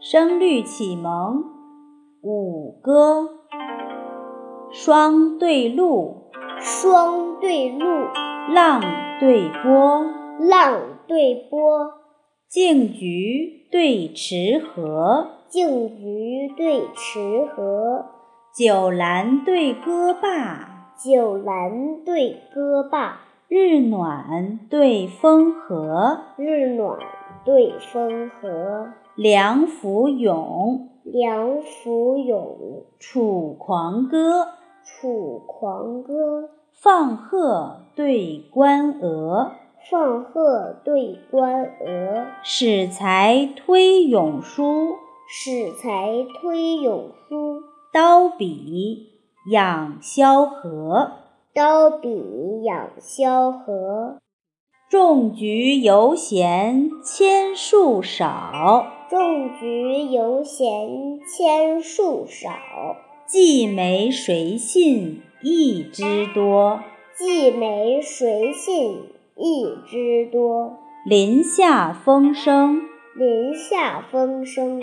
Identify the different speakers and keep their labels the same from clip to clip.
Speaker 1: 声律启蒙、五歌、双对露、
Speaker 2: 双对露，
Speaker 1: 浪对波、
Speaker 2: 浪对波，
Speaker 1: 镜菊对池荷、
Speaker 2: 镜菊对池荷，
Speaker 1: 酒兰对歌罢，
Speaker 2: 酒兰对歌罢，
Speaker 1: 日暖对风和，
Speaker 2: 日暖对风和，
Speaker 1: 梁甫咏、
Speaker 2: 梁甫咏，
Speaker 1: 楚狂歌、
Speaker 2: 楚狂歌，
Speaker 1: 放鹤对观鹅。
Speaker 2: 放鹤对观鹅，
Speaker 1: 始才推咏书，
Speaker 2: 始才推咏书，
Speaker 1: 刀笔养萧何。
Speaker 2: 刀笔养萧何。
Speaker 1: 种菊犹嫌千树少，
Speaker 2: 种菊犹嫌千树少，
Speaker 1: 寄梅谁信一枝多。
Speaker 2: 寄梅谁信一枝多。
Speaker 1: 林下风声，
Speaker 2: 林下风声，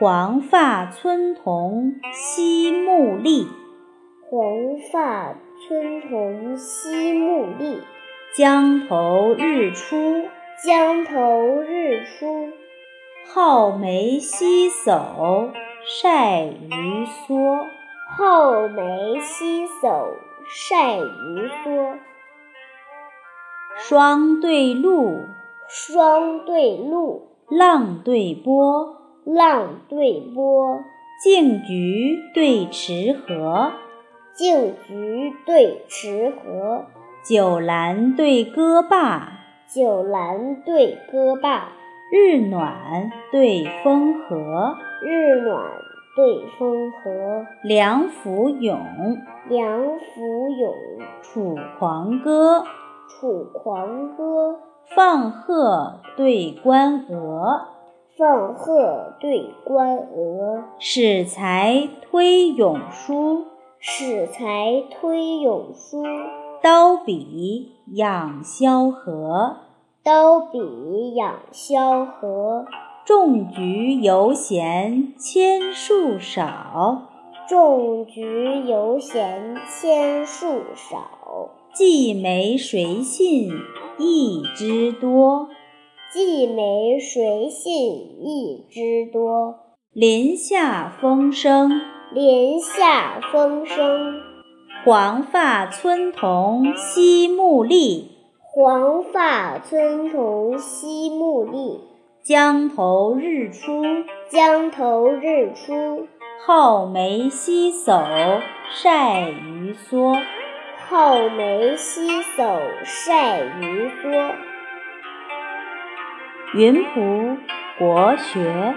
Speaker 1: 黄发村童惜木立。
Speaker 2: 黄发村童惜木立。
Speaker 1: 江头日出，
Speaker 2: 江头日出，
Speaker 1: 皓眉西叟晒渔蓑。
Speaker 2: 皓眉西叟晒渔蓑。
Speaker 1: 霜对露，
Speaker 2: 霜对露，
Speaker 1: 浪对波，
Speaker 2: 浪对波，
Speaker 1: 镜菊对池荷，
Speaker 2: 镜菊对池荷，
Speaker 1: 酒兰对歌罢，
Speaker 2: 酒兰对歌罢，
Speaker 1: 日暖对风和。
Speaker 2: 日暖对风和。
Speaker 1: 梁甫咏、
Speaker 2: 梁甫咏，
Speaker 1: 楚狂歌、
Speaker 2: 楚狂歌，
Speaker 1: 放鹤对观鹅，
Speaker 2: 放鹤对观鹅，
Speaker 1: 始才推咏书，
Speaker 2: 始才推咏书，
Speaker 1: 刀笔养萧何。
Speaker 2: 刀笔养萧何。
Speaker 1: 种菊犹嫌千树少，
Speaker 2: 种菊犹嫌千树少，
Speaker 1: 寄梅谁信一枝多。
Speaker 2: 寄梅谁信一枝多。
Speaker 1: 林下风声，
Speaker 2: 林下风声，
Speaker 1: 黄发村童惜木立。
Speaker 2: 黄发村童惜木立。
Speaker 1: 江头日出，
Speaker 2: 江头日出，
Speaker 1: 皓眉西叟晒渔蓑。
Speaker 2: 皓眉西叟晒渔蓑。
Speaker 1: 云浦国学。